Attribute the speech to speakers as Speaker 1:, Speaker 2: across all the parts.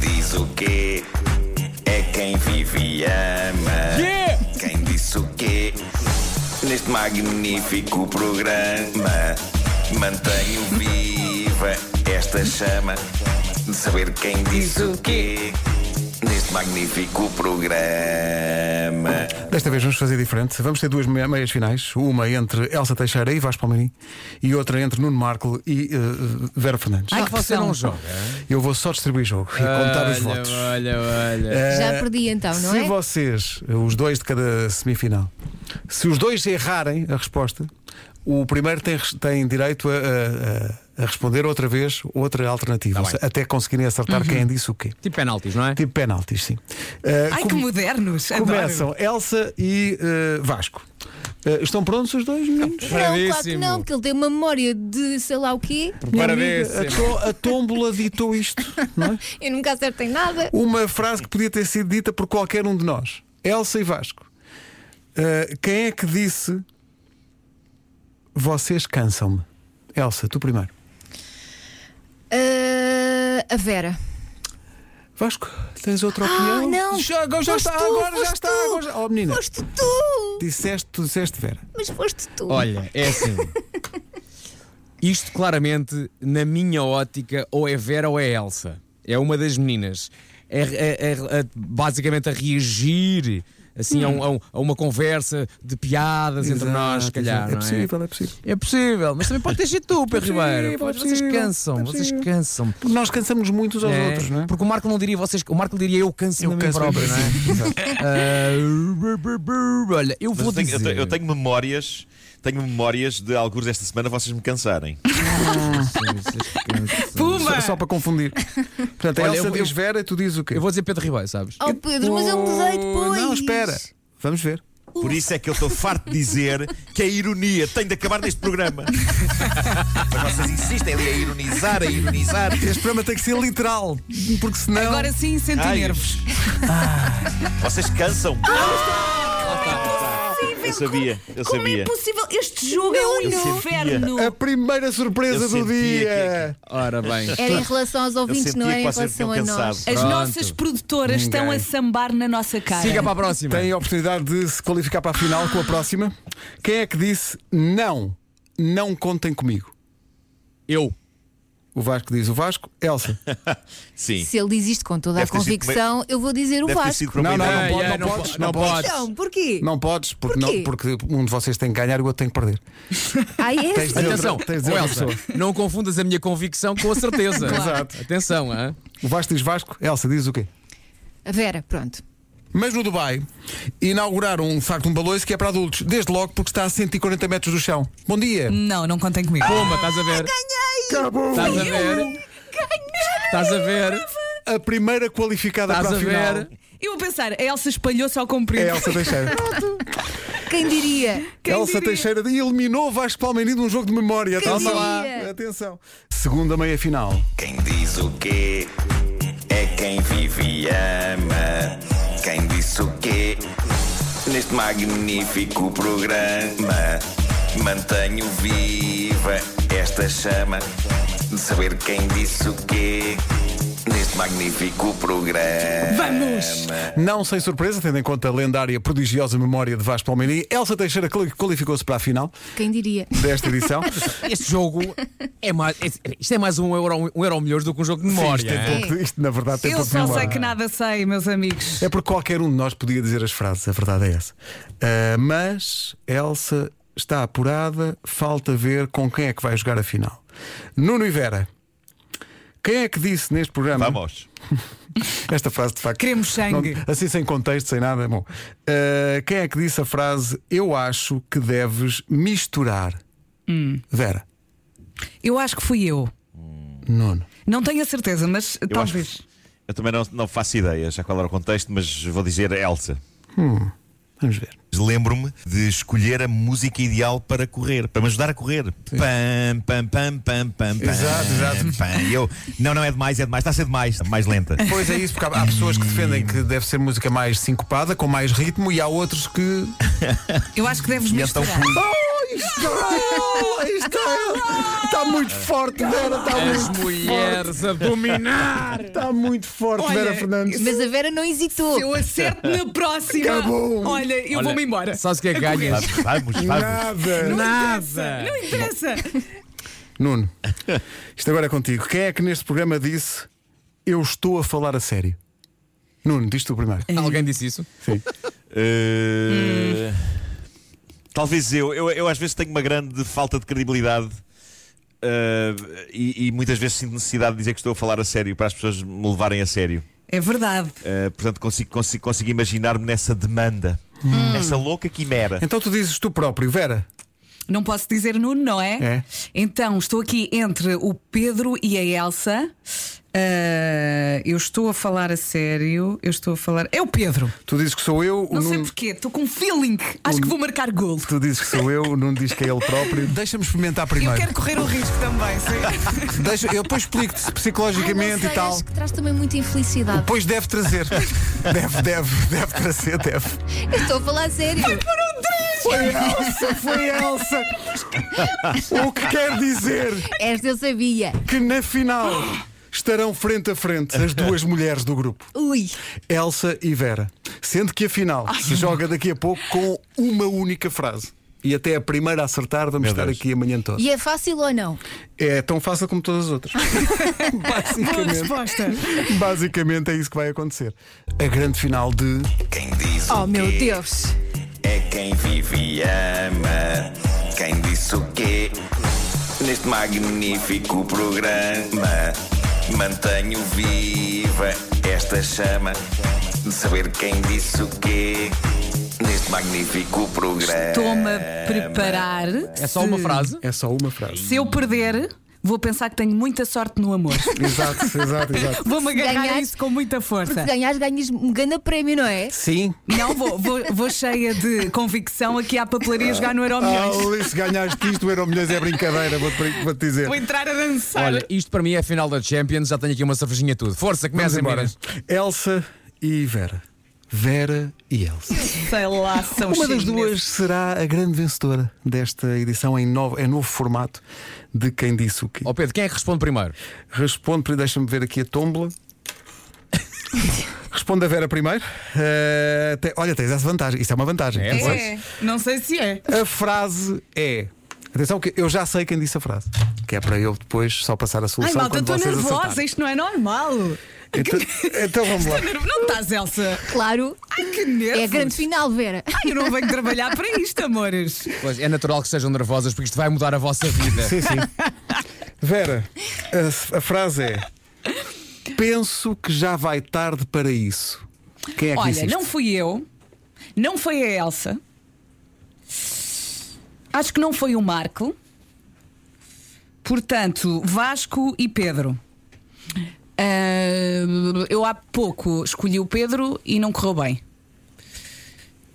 Speaker 1: disse o quê? É quem vive e ama.
Speaker 2: Yeah!
Speaker 1: Quem disse o quê? Neste magnífico programa, mantenho viva esta chama de saber quem disse o quê. Neste magnífico programa.
Speaker 3: Desta vez vamos fazer diferente. Vamos ter duas me- meias finais. Uma entre Elsa Teixeira e Vasco Palmeirim e outra entre Nuno Marco e eh, Vera Fernandes.
Speaker 2: Já
Speaker 4: Ai,
Speaker 2: que
Speaker 4: que
Speaker 2: você é
Speaker 4: pressão.
Speaker 2: não joga.
Speaker 3: Eu vou só distribuir jogo e contar os
Speaker 2: Olha,
Speaker 3: votos.
Speaker 2: Olha, olha.
Speaker 3: Eh,
Speaker 4: Já perdi então, não
Speaker 3: se
Speaker 4: é?
Speaker 3: vocês, os dois de cada semifinal, se os dois errarem a resposta, o primeiro tem, res- tem direito a, a- a- a responder outra vez outra alternativa,
Speaker 2: Tá
Speaker 3: Ou seja,
Speaker 2: bem.
Speaker 3: até conseguirem acertar quem disse o quê.
Speaker 2: Tipo penaltis, não é?
Speaker 3: Tipo penaltis, sim. Eh,
Speaker 5: Ai, que
Speaker 3: come-
Speaker 5: modernos! adoro.
Speaker 3: começam Elsa e eh, Vasco. Eh, estão prontos os dois meninos?
Speaker 4: Não, claro que não, porque ele tem uma memória de sei lá o quê.
Speaker 3: Minha amiga,
Speaker 2: Parabéns.
Speaker 3: a, tó- a tómbola ditou isto, não é?
Speaker 4: Eu nunca acertei nada.
Speaker 3: Uma frase que podia ter sido dita por qualquer um de nós. Elsa e Vasco. Uh, quem é que disse Vocês cansam-me? Elsa, tu primeiro.
Speaker 4: Ah, a Vera.
Speaker 3: Vasco, tens outra opinião?
Speaker 4: Ah, não.
Speaker 3: Já, agora já
Speaker 4: Foste
Speaker 3: está,
Speaker 4: tu,
Speaker 3: agora já
Speaker 4: foste
Speaker 3: está.
Speaker 4: tu.
Speaker 3: Agora já... Oh, menina,
Speaker 4: Foste tu!
Speaker 3: disseste, tu disseste Vera.
Speaker 4: Mas foste tu.
Speaker 2: Olha, é assim. Isto claramente, na minha ótica, ou é Vera ou é Elsa. É uma das meninas. É, é- é- é basicamente a reagir assim, a, um- a um- a uma conversa de piadas entre nós, se
Speaker 3: Exato,
Speaker 2: calhar.
Speaker 3: exato. É
Speaker 2: não
Speaker 3: possível, é possível.
Speaker 2: É possível, mas também pode ter sido tu, Pedro
Speaker 3: possível,
Speaker 2: Ribeiro.
Speaker 3: é
Speaker 2: Pois, Vocês
Speaker 3: possível, é
Speaker 2: cansam, vocês
Speaker 3: possível.
Speaker 2: cansam.
Speaker 3: Porque nós cansamos muito uns aos
Speaker 2: É,
Speaker 3: outros, não é?
Speaker 2: Porque o Marco não diria vocês, o Marco diria eu canso
Speaker 3: Eu
Speaker 2: na minha
Speaker 3: canso-me
Speaker 2: própria, não é?
Speaker 3: para si. Exato.
Speaker 2: Ah, Olha, eu
Speaker 6: Mas
Speaker 2: vou
Speaker 6: eu tenho, eu
Speaker 2: dizer.
Speaker 6: tenho- eu tenho memórias. Tenho memórias de alguns desta semana vocês me cansarem.
Speaker 3: Só, só para confundir. Portanto, a
Speaker 2: Olha,
Speaker 3: Elsa
Speaker 2: eu-
Speaker 3: diz Vera e tu dizes o quê?
Speaker 2: Eu vou dizer Pedro Ribeiro, sabes?
Speaker 4: Oh Pedro, mas eu mudei depois.
Speaker 3: Não, espera. Vamos ver.
Speaker 6: Por isso é que eu estou farto de dizer que a ironia tem de acabar neste programa. Mas vocês insistem ali a ironizar, a ironizar.
Speaker 3: Este programa tem que ser literal, porque senão.
Speaker 5: Agora sim senti
Speaker 6: Ai,
Speaker 5: nervos.
Speaker 6: Vocês cansam. Ah, Eu sabia, eu
Speaker 5: Ah, Como é
Speaker 6: sabia.
Speaker 5: possível? Este jogo é um
Speaker 6: não.
Speaker 5: inferno!
Speaker 3: A primeira surpresa
Speaker 6: Eu
Speaker 3: do
Speaker 6: sentia é
Speaker 3: dia.
Speaker 2: Ora bem.
Speaker 4: Era em relação aos ouvintes, não
Speaker 6: sentia
Speaker 4: é? Em
Speaker 6: que vocês
Speaker 4: relação a
Speaker 6: tinham
Speaker 4: nós.
Speaker 6: cansado.
Speaker 5: As
Speaker 2: Pronto.
Speaker 5: nossas produtoras estão a sambar na nossa cara.
Speaker 2: Siga para a próxima.
Speaker 3: Tem a oportunidade de se qualificar para a final com a próxima. Quem é que disse não? Não contem comigo.
Speaker 2: Eu.
Speaker 3: O Vasco diz o Vasco. Elsa.
Speaker 6: Sim.
Speaker 4: Se ele diz isto com toda a
Speaker 6: Deve ter sido é
Speaker 4: convicção, eu vou dizer o
Speaker 6: Deve ter
Speaker 4: Vasco.
Speaker 6: sido por
Speaker 3: Não,
Speaker 6: uma ideia.
Speaker 3: não, pode,
Speaker 2: Ai, ai,
Speaker 3: não
Speaker 2: po-
Speaker 3: podes, não
Speaker 2: não
Speaker 3: podes.
Speaker 2: podes.
Speaker 4: Então, porquê?
Speaker 3: Não podes, porque,
Speaker 4: Porquê?
Speaker 3: não, porque um de vocês tem que ganhar e o outro tem que perder.
Speaker 4: Ah, é?
Speaker 3: Tens de-
Speaker 2: Atenção,
Speaker 3: Tens de dizer
Speaker 2: oh,
Speaker 3: outra
Speaker 2: Elsa, não confundas a minha convicção com a certeza. Exato. Atenção, hã?
Speaker 3: O Vasco diz Vasco. Elsa diz o quê?
Speaker 4: A Vera, pronto.
Speaker 3: Mas no Dubai inauguraram um saco de um baloiço que é para adultos, desde logo porque está a 140 metros do chão. Bom dia!
Speaker 5: Não, não contem comigo.
Speaker 2: Puma, estás a ver?
Speaker 3: Acabou!
Speaker 2: Estás a ver? Estás a ver?
Speaker 3: A primeira qualificada
Speaker 2: Estás
Speaker 3: para
Speaker 2: a
Speaker 3: a final
Speaker 2: ver?
Speaker 5: Eu a pensar, a Elsa espalhou-se ao comprido.
Speaker 3: é Elsa Teixeira.
Speaker 4: Quem diria?
Speaker 5: Quem
Speaker 3: Elsa
Speaker 5: diria?
Speaker 3: Teixeira eliminou Vasco Palmeirinho de um jogo de memória.
Speaker 4: Quem
Speaker 3: Atenção.
Speaker 4: diria?
Speaker 3: Atenção. Segunda meia final.
Speaker 1: Quem diz o quê? É quem vive e ama. Quem disse o quê? Neste magnífico programa, mantenho viva esta chama de saber quem disse o quê. Neste magnífico programa.
Speaker 5: Vamos!
Speaker 3: Não sem surpresa, tendo em conta a lendária, prodigiosa memória de Vasco Palmeirinho, Elsa Teixeira quali- qualificou-se para a final
Speaker 4: Quem diria?
Speaker 3: desta edição.
Speaker 2: Este jogo é mais. é- isto é mais um euro, um euro milhões do que um jogo de memória.
Speaker 3: Isto, é
Speaker 2: hã?
Speaker 3: pouco- isto, na verdade, tem
Speaker 5: Eu
Speaker 3: pouco de
Speaker 5: só
Speaker 3: memória.
Speaker 5: sei que nada sei, meus amigos.
Speaker 3: É porque qualquer um de nós podia dizer as frases, a verdade é essa. Ah, mas Elsa está apurada, falta ver com quem é que vai jogar a final. Nuno e Vera, quem é que disse neste programa?
Speaker 6: Vamos.
Speaker 3: Esta frase de facto.
Speaker 5: Queremos sangue.
Speaker 3: Não- assim sem contexto, sem nada. Bom, Uh, quem é que disse a frase Eu acho que deves misturar?
Speaker 5: Hum.
Speaker 3: Vera,
Speaker 5: Eu acho que fui eu.
Speaker 3: Nuno.
Speaker 5: Não tenho a certeza, mas
Speaker 6: Eu, acho,
Speaker 5: talvez.
Speaker 6: eu também não, não faço ideia já qual era o contexto, mas vou dizer Elsa.
Speaker 3: Vamos ver.
Speaker 6: Lembro-me de escolher a música ideal para correr, para me ajudar a correr. Pam, pam, pam, pam, pam, pam.
Speaker 3: Exato, exato.
Speaker 6: Pam. E Eu, não, não é demais, é demais, está a ser demais, mais lenta.
Speaker 3: Pois é isso, porque há, há pessoas que defendem que deve ser música mais sincopada, com mais ritmo, e há outros que.
Speaker 5: Eu acho que deves
Speaker 6: E então
Speaker 5: misturar.
Speaker 6: fui.
Speaker 3: Oh, Isto é ele! Isto é ele! Está muito forte, Vera! Está
Speaker 2: As
Speaker 3: muito forte!
Speaker 2: mulheres a dominar!
Speaker 3: Está muito forte,
Speaker 5: Olha,
Speaker 3: Vera Fernandes!
Speaker 4: Mas a Vera não hesitou.
Speaker 5: Se eu acerto na próxima.
Speaker 3: Acabou.
Speaker 5: Olha, eu
Speaker 2: Olha,
Speaker 5: vou-me embora.
Speaker 2: Sabes o que é que ganhas?
Speaker 6: Vamos, vamos, vamos.
Speaker 3: Nada!
Speaker 2: Nada!
Speaker 5: Não interessa.
Speaker 3: Nuno, isto agora é contigo. Quem é que neste programa disse eu estou a falar a sério? Nuno, diz tu primeiro.
Speaker 2: Alguém disse isso?
Speaker 3: É. Sim.
Speaker 6: Eh, Talvez eu. eu. eu às vezes tenho uma grande falta de credibilidade eh, e, e muitas vezes sinto necessidade de dizer que estou a falar a sério para as pessoas me levarem a sério.
Speaker 5: É verdade.
Speaker 6: Eh, portanto, consigo, consigo, consigo imaginar-me nessa demanda,
Speaker 3: Hum.
Speaker 6: nessa louca quimera.
Speaker 3: Então tu dizes tu próprio, Vera.
Speaker 5: Não posso dizer Nuno, não é?
Speaker 3: É.
Speaker 5: Então, estou aqui entre o Pedro e a Elsa. Ah, eu estou a falar a sério. Eu estou a falar. É o Pedro.
Speaker 3: Tu dizes que sou eu, o
Speaker 5: Não sei
Speaker 3: Nuno.
Speaker 5: porquê. Estou com um feeling. Acho que vou marcar golo.
Speaker 3: Tu dizes que sou eu, o Nuno diz que é ele próprio. Deixa-me experimentar
Speaker 5: Eu
Speaker 3: primeiro.
Speaker 5: quero correr o risco também. sim.
Speaker 3: Deixa, eu depois explico-te
Speaker 4: Ai, não
Speaker 3: psicologicamente
Speaker 4: sei,
Speaker 3: e tal.
Speaker 4: Acho que traz também muita infelicidade.
Speaker 3: Pois deve trazer. deve, deve, deve trazer, deve.
Speaker 4: Eu estou a falar a sério.
Speaker 3: Foi Elsa, foi Elsa. O que quer dizer
Speaker 4: Esta eu sabia.
Speaker 3: que na final estarão frente a frente as duas mulheres do grupo.
Speaker 4: Ui,
Speaker 3: Elsa e Vera. Sendo que a final se joga daqui a pouco com uma única frase. E até a primeira a acertar, vamos
Speaker 6: Meu
Speaker 3: estar
Speaker 6: Deus.
Speaker 3: aqui amanhã toda.
Speaker 4: e é fácil ou não?
Speaker 3: É tão fácil como todas as outras.
Speaker 5: Boa
Speaker 3: basicamente,
Speaker 5: resposta.
Speaker 3: basicamente é isso que vai acontecer. A grande final de.
Speaker 1: Quem diz o
Speaker 4: Oh meu
Speaker 1: quê
Speaker 4: Deus!
Speaker 1: é quem vive e ama. Quem disse o quê neste magnífico programa? Mantenho viva esta chama de saber quem disse o quê neste magnífico programa.
Speaker 5: Estou-me a preparar.
Speaker 2: É só uma frase?
Speaker 3: É só uma frase.
Speaker 5: Se eu perder, vou pensar que tenho muita sorte no amor.
Speaker 3: Exato, exato, exato.
Speaker 5: Vou-me agarrar a
Speaker 4: ganhas-
Speaker 5: isso com muita
Speaker 4: Se
Speaker 5: força.
Speaker 4: ganhas, ganhas um grande prémio, não é?
Speaker 3: Sim.
Speaker 5: Não, vou, vou, vou cheia de convicção aqui à papelaria jogar no
Speaker 3: Ah,
Speaker 5: Euromilhões.
Speaker 3: Luís, se ganhaste isto, o Euro Milhões é brincadeira, vou-te vou -te dizer.
Speaker 5: Vou entrar a dançar.
Speaker 2: Olha, isto para mim é a final da Champions, já tenho aqui uma cervejinha tudo. Força,
Speaker 3: Vamos
Speaker 2: começa
Speaker 3: embora.
Speaker 2: embora.
Speaker 3: Elsa e Vera. Vera e Elsa.
Speaker 5: Sei lá, são
Speaker 3: Uma das
Speaker 5: chineses.
Speaker 3: duas será a grande vencedora desta edição em novo, em novo formato de quem disse o quê.
Speaker 2: Ó Pedro, quem é que responde primeiro?
Speaker 3: Responde, primeiro, deixa-me ver aqui a tómbola. Responde a Vera primeiro. Eh, te- olha, tens essa vantagem. Isso é uma vantagem.
Speaker 2: É,
Speaker 3: tu
Speaker 2: pois.
Speaker 5: É, não sei se é.
Speaker 3: sabes. A frase é. Atenção, que eu já sei quem disse a frase. Que é para eu depois só passar a
Speaker 5: Ai,
Speaker 3: solução
Speaker 5: malta,
Speaker 3: quando
Speaker 5: estou
Speaker 3: vocês
Speaker 5: nervosa,
Speaker 3: acertarem.
Speaker 5: isto não é normal.
Speaker 3: Então, então vamos lá.
Speaker 5: Estou nervo- Não estás, Elsa?
Speaker 4: Claro,
Speaker 5: Ai, que
Speaker 4: é
Speaker 5: nervos.
Speaker 4: a grande final, Vera.
Speaker 5: Ai, eu não venho trabalhar para isto, amores.
Speaker 2: Pois, é natural que estejam nervosas porque isto vai mudar a vossa vida.
Speaker 3: Sim, sim. Vera, a, a frase é: Penso que já vai tarde para isso. Quem é que disse
Speaker 5: Olha,
Speaker 3: isto?
Speaker 5: não fui eu, não foi a Elsa, acho que não foi o Marco. Portanto, Vasco e Pedro. Ah, eu há pouco escolhi o Pedro e não correu bem.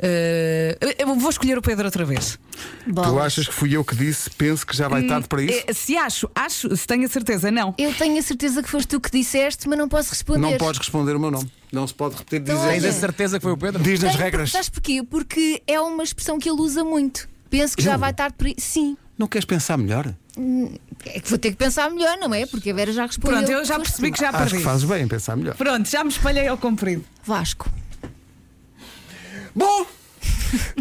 Speaker 5: Ah, eu vou escolher o Pedro outra vez.
Speaker 3: Tu
Speaker 4: Bolas.
Speaker 3: achas que fui eu que disse, penso que já vai tarde para isso?
Speaker 5: Eh, Se acho, acho, se tenho a certeza, não.
Speaker 4: Eu tenho a certeza que foste tu que disseste, mas não posso responder.
Speaker 3: Não podes responder o meu nome. Não se pode repetir. Diz,
Speaker 4: Então,
Speaker 5: é.
Speaker 2: Tens a
Speaker 4: olha.
Speaker 3: diz,
Speaker 2: certeza que foi o Pedro?
Speaker 3: diz nas
Speaker 4: Tenho,
Speaker 3: regras.
Speaker 4: Sabes porquê? Porque é uma expressão que ele usa muito. Penso que já vai estar por aí. Sim.
Speaker 3: Não queres pensar melhor?
Speaker 4: É que vou ter que pensar melhor, não é? Porque a Vera já respondeu.
Speaker 5: Pronto, eu já
Speaker 4: Foste
Speaker 5: percebi
Speaker 4: tu.
Speaker 5: que já
Speaker 3: Acho que
Speaker 5: perdi.
Speaker 3: fazes bem em pensar melhor.
Speaker 5: Pronto, já me espalhei ao comprido.
Speaker 4: Vasco.
Speaker 3: Bom!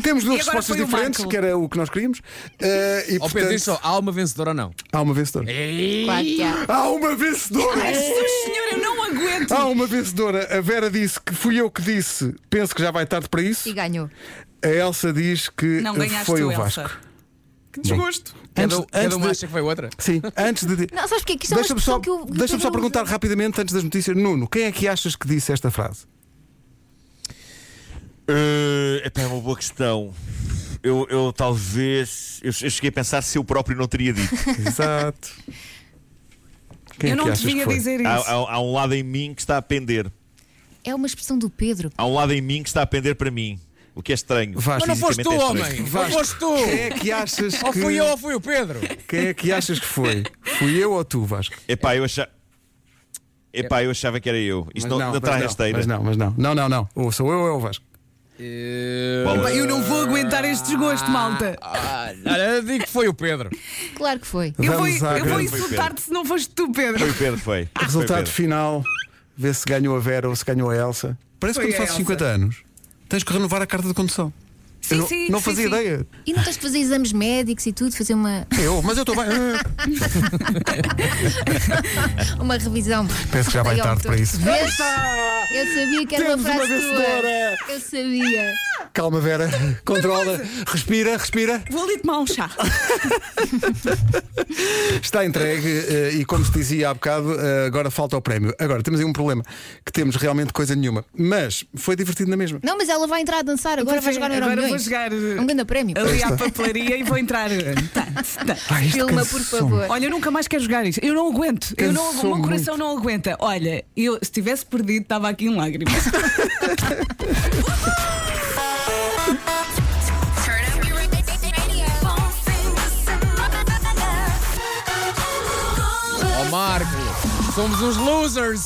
Speaker 3: Temos duas
Speaker 5: E agora
Speaker 3: respostas
Speaker 5: foi o
Speaker 3: diferentes,
Speaker 5: Marco.
Speaker 3: que era o que nós queríamos. Eh, e
Speaker 2: Ó
Speaker 3: portanto,
Speaker 2: Pedro, diz só, É. há uma vencedora ou não?
Speaker 3: Há uma vencedora.
Speaker 4: Claro que há.
Speaker 3: Há uma vencedora!
Speaker 5: Jesus, senhor, eu não aguento.
Speaker 3: Há uma vencedora. A Vera disse que fui eu que disse, penso que já vai tarde para isso.
Speaker 4: E ganhou.
Speaker 3: A Elsa diz que
Speaker 5: Não ganhaste
Speaker 3: foi
Speaker 5: tu,
Speaker 3: o
Speaker 5: Elsa.
Speaker 3: Vasco.
Speaker 5: Que desgosto.
Speaker 2: Cada, um-
Speaker 3: Antes-
Speaker 2: cada
Speaker 3: antes
Speaker 2: uma
Speaker 3: de-
Speaker 2: acha que foi outra?
Speaker 3: Sim, antes de.
Speaker 4: Não, sabes porquê? Que isto é uma
Speaker 3: Deixa-me só,
Speaker 4: expressão que eu. que o
Speaker 3: deixa só
Speaker 4: Pedro
Speaker 3: perguntar
Speaker 4: usa.
Speaker 3: rapidamente antes das notícias. Nuno, quem é que achas que disse esta frase?
Speaker 6: Eh, epá, é uma boa questão. Eu, eu talvez. Eu, eu cheguei a pensar se eu próprio não teria dito.
Speaker 3: Exato. Quem é que
Speaker 5: Eu não
Speaker 3: achas que
Speaker 5: devia
Speaker 3: foi?
Speaker 5: dizer isso.
Speaker 6: Há, há- há um lado em mim que está a pender.
Speaker 4: É uma expressão do Pedro.
Speaker 6: Há um lado em mim que está a pender para mim. O que é estranho.
Speaker 3: Vasco.
Speaker 2: Mas não foste tu,
Speaker 6: Fisicamente é
Speaker 2: homem!
Speaker 6: estranho.
Speaker 2: Não foste tu!
Speaker 3: Quem é que achas
Speaker 2: Ou fui eu
Speaker 3: que.
Speaker 2: ou foi o Pedro?
Speaker 3: Quem é que achas que foi? Fui eu ou tu, Vasco?
Speaker 6: Epá, eu achava. Epá, eu achava que era eu. Isto
Speaker 3: Mas
Speaker 6: não, não,
Speaker 3: mas
Speaker 6: traz
Speaker 3: não,
Speaker 6: rasteira.
Speaker 3: Mas não, mas não. Não, não, não. Ou sou eu ou é o Vasco.
Speaker 6: Bola.
Speaker 5: Eu não vou aguentar este desgosto, malta.
Speaker 2: Ah, olha, digo que foi o Pedro.
Speaker 4: Claro que foi.
Speaker 5: Eu vou,
Speaker 3: Vamos à
Speaker 5: eu vou
Speaker 3: grande-
Speaker 5: insultar-te se não foste tu, Pedro.
Speaker 6: Foi o Pedro, foi. Ah, Foi o
Speaker 3: Resultado
Speaker 6: Pedro.
Speaker 3: final: vê se ganhou a Vera ou se ganhou a Elsa. Parece que
Speaker 5: Foi
Speaker 3: quando
Speaker 5: a
Speaker 3: fazes
Speaker 5: Elsa.
Speaker 3: 50 anos tens que renovar a carta de condução.
Speaker 5: Sim,
Speaker 3: Eu não,
Speaker 5: sim,
Speaker 3: não
Speaker 5: sim,
Speaker 3: fazia
Speaker 5: sim.
Speaker 3: ideia.
Speaker 4: E não tens de fazer exames médicos e tudo, fazer uma,
Speaker 3: Eu, mas eu estou bem. Ah,
Speaker 4: uma revisão.
Speaker 3: Penso que já vai
Speaker 4: Aí ao
Speaker 3: tarde
Speaker 4: motor.
Speaker 3: para isso.
Speaker 4: Vês? Eu sabia que era
Speaker 3: Temos
Speaker 4: uma
Speaker 3: uma
Speaker 4: frase
Speaker 3: vencedora!
Speaker 4: tua. Eu sabia.
Speaker 3: Ah, Calma, Vera, controla, respira, respira.
Speaker 5: Vou ali tomar um chá.
Speaker 3: Está entregue eh, e, como se dizia há bocado, eh, agora falta o prémio. Agora, temos aí um problema que temos realmente coisa nenhuma, mas foi divertido na mesma.
Speaker 4: Não, mas ela vai entrar a dançar, agora vai jogar no Euro
Speaker 5: Então, Agora vou
Speaker 4: Milhões.
Speaker 5: jogar
Speaker 4: É Um
Speaker 5: eh,
Speaker 4: grande prémio.
Speaker 5: ali à papelaria e vou entrar. Tá, tá.
Speaker 3: Ai, isto
Speaker 4: Filma, por
Speaker 3: cansou-me.
Speaker 4: favor.
Speaker 5: Olha, eu nunca mais quero jogar isto. Eu não aguento. Eu não, o
Speaker 3: Cansou
Speaker 5: meu coração não aguenta. Olha, eu se tivesse perdido, estava aqui em lágrimas.
Speaker 7: Turn up your radio. Won't sing the song.
Speaker 2: Ó Marco, somos uns losers.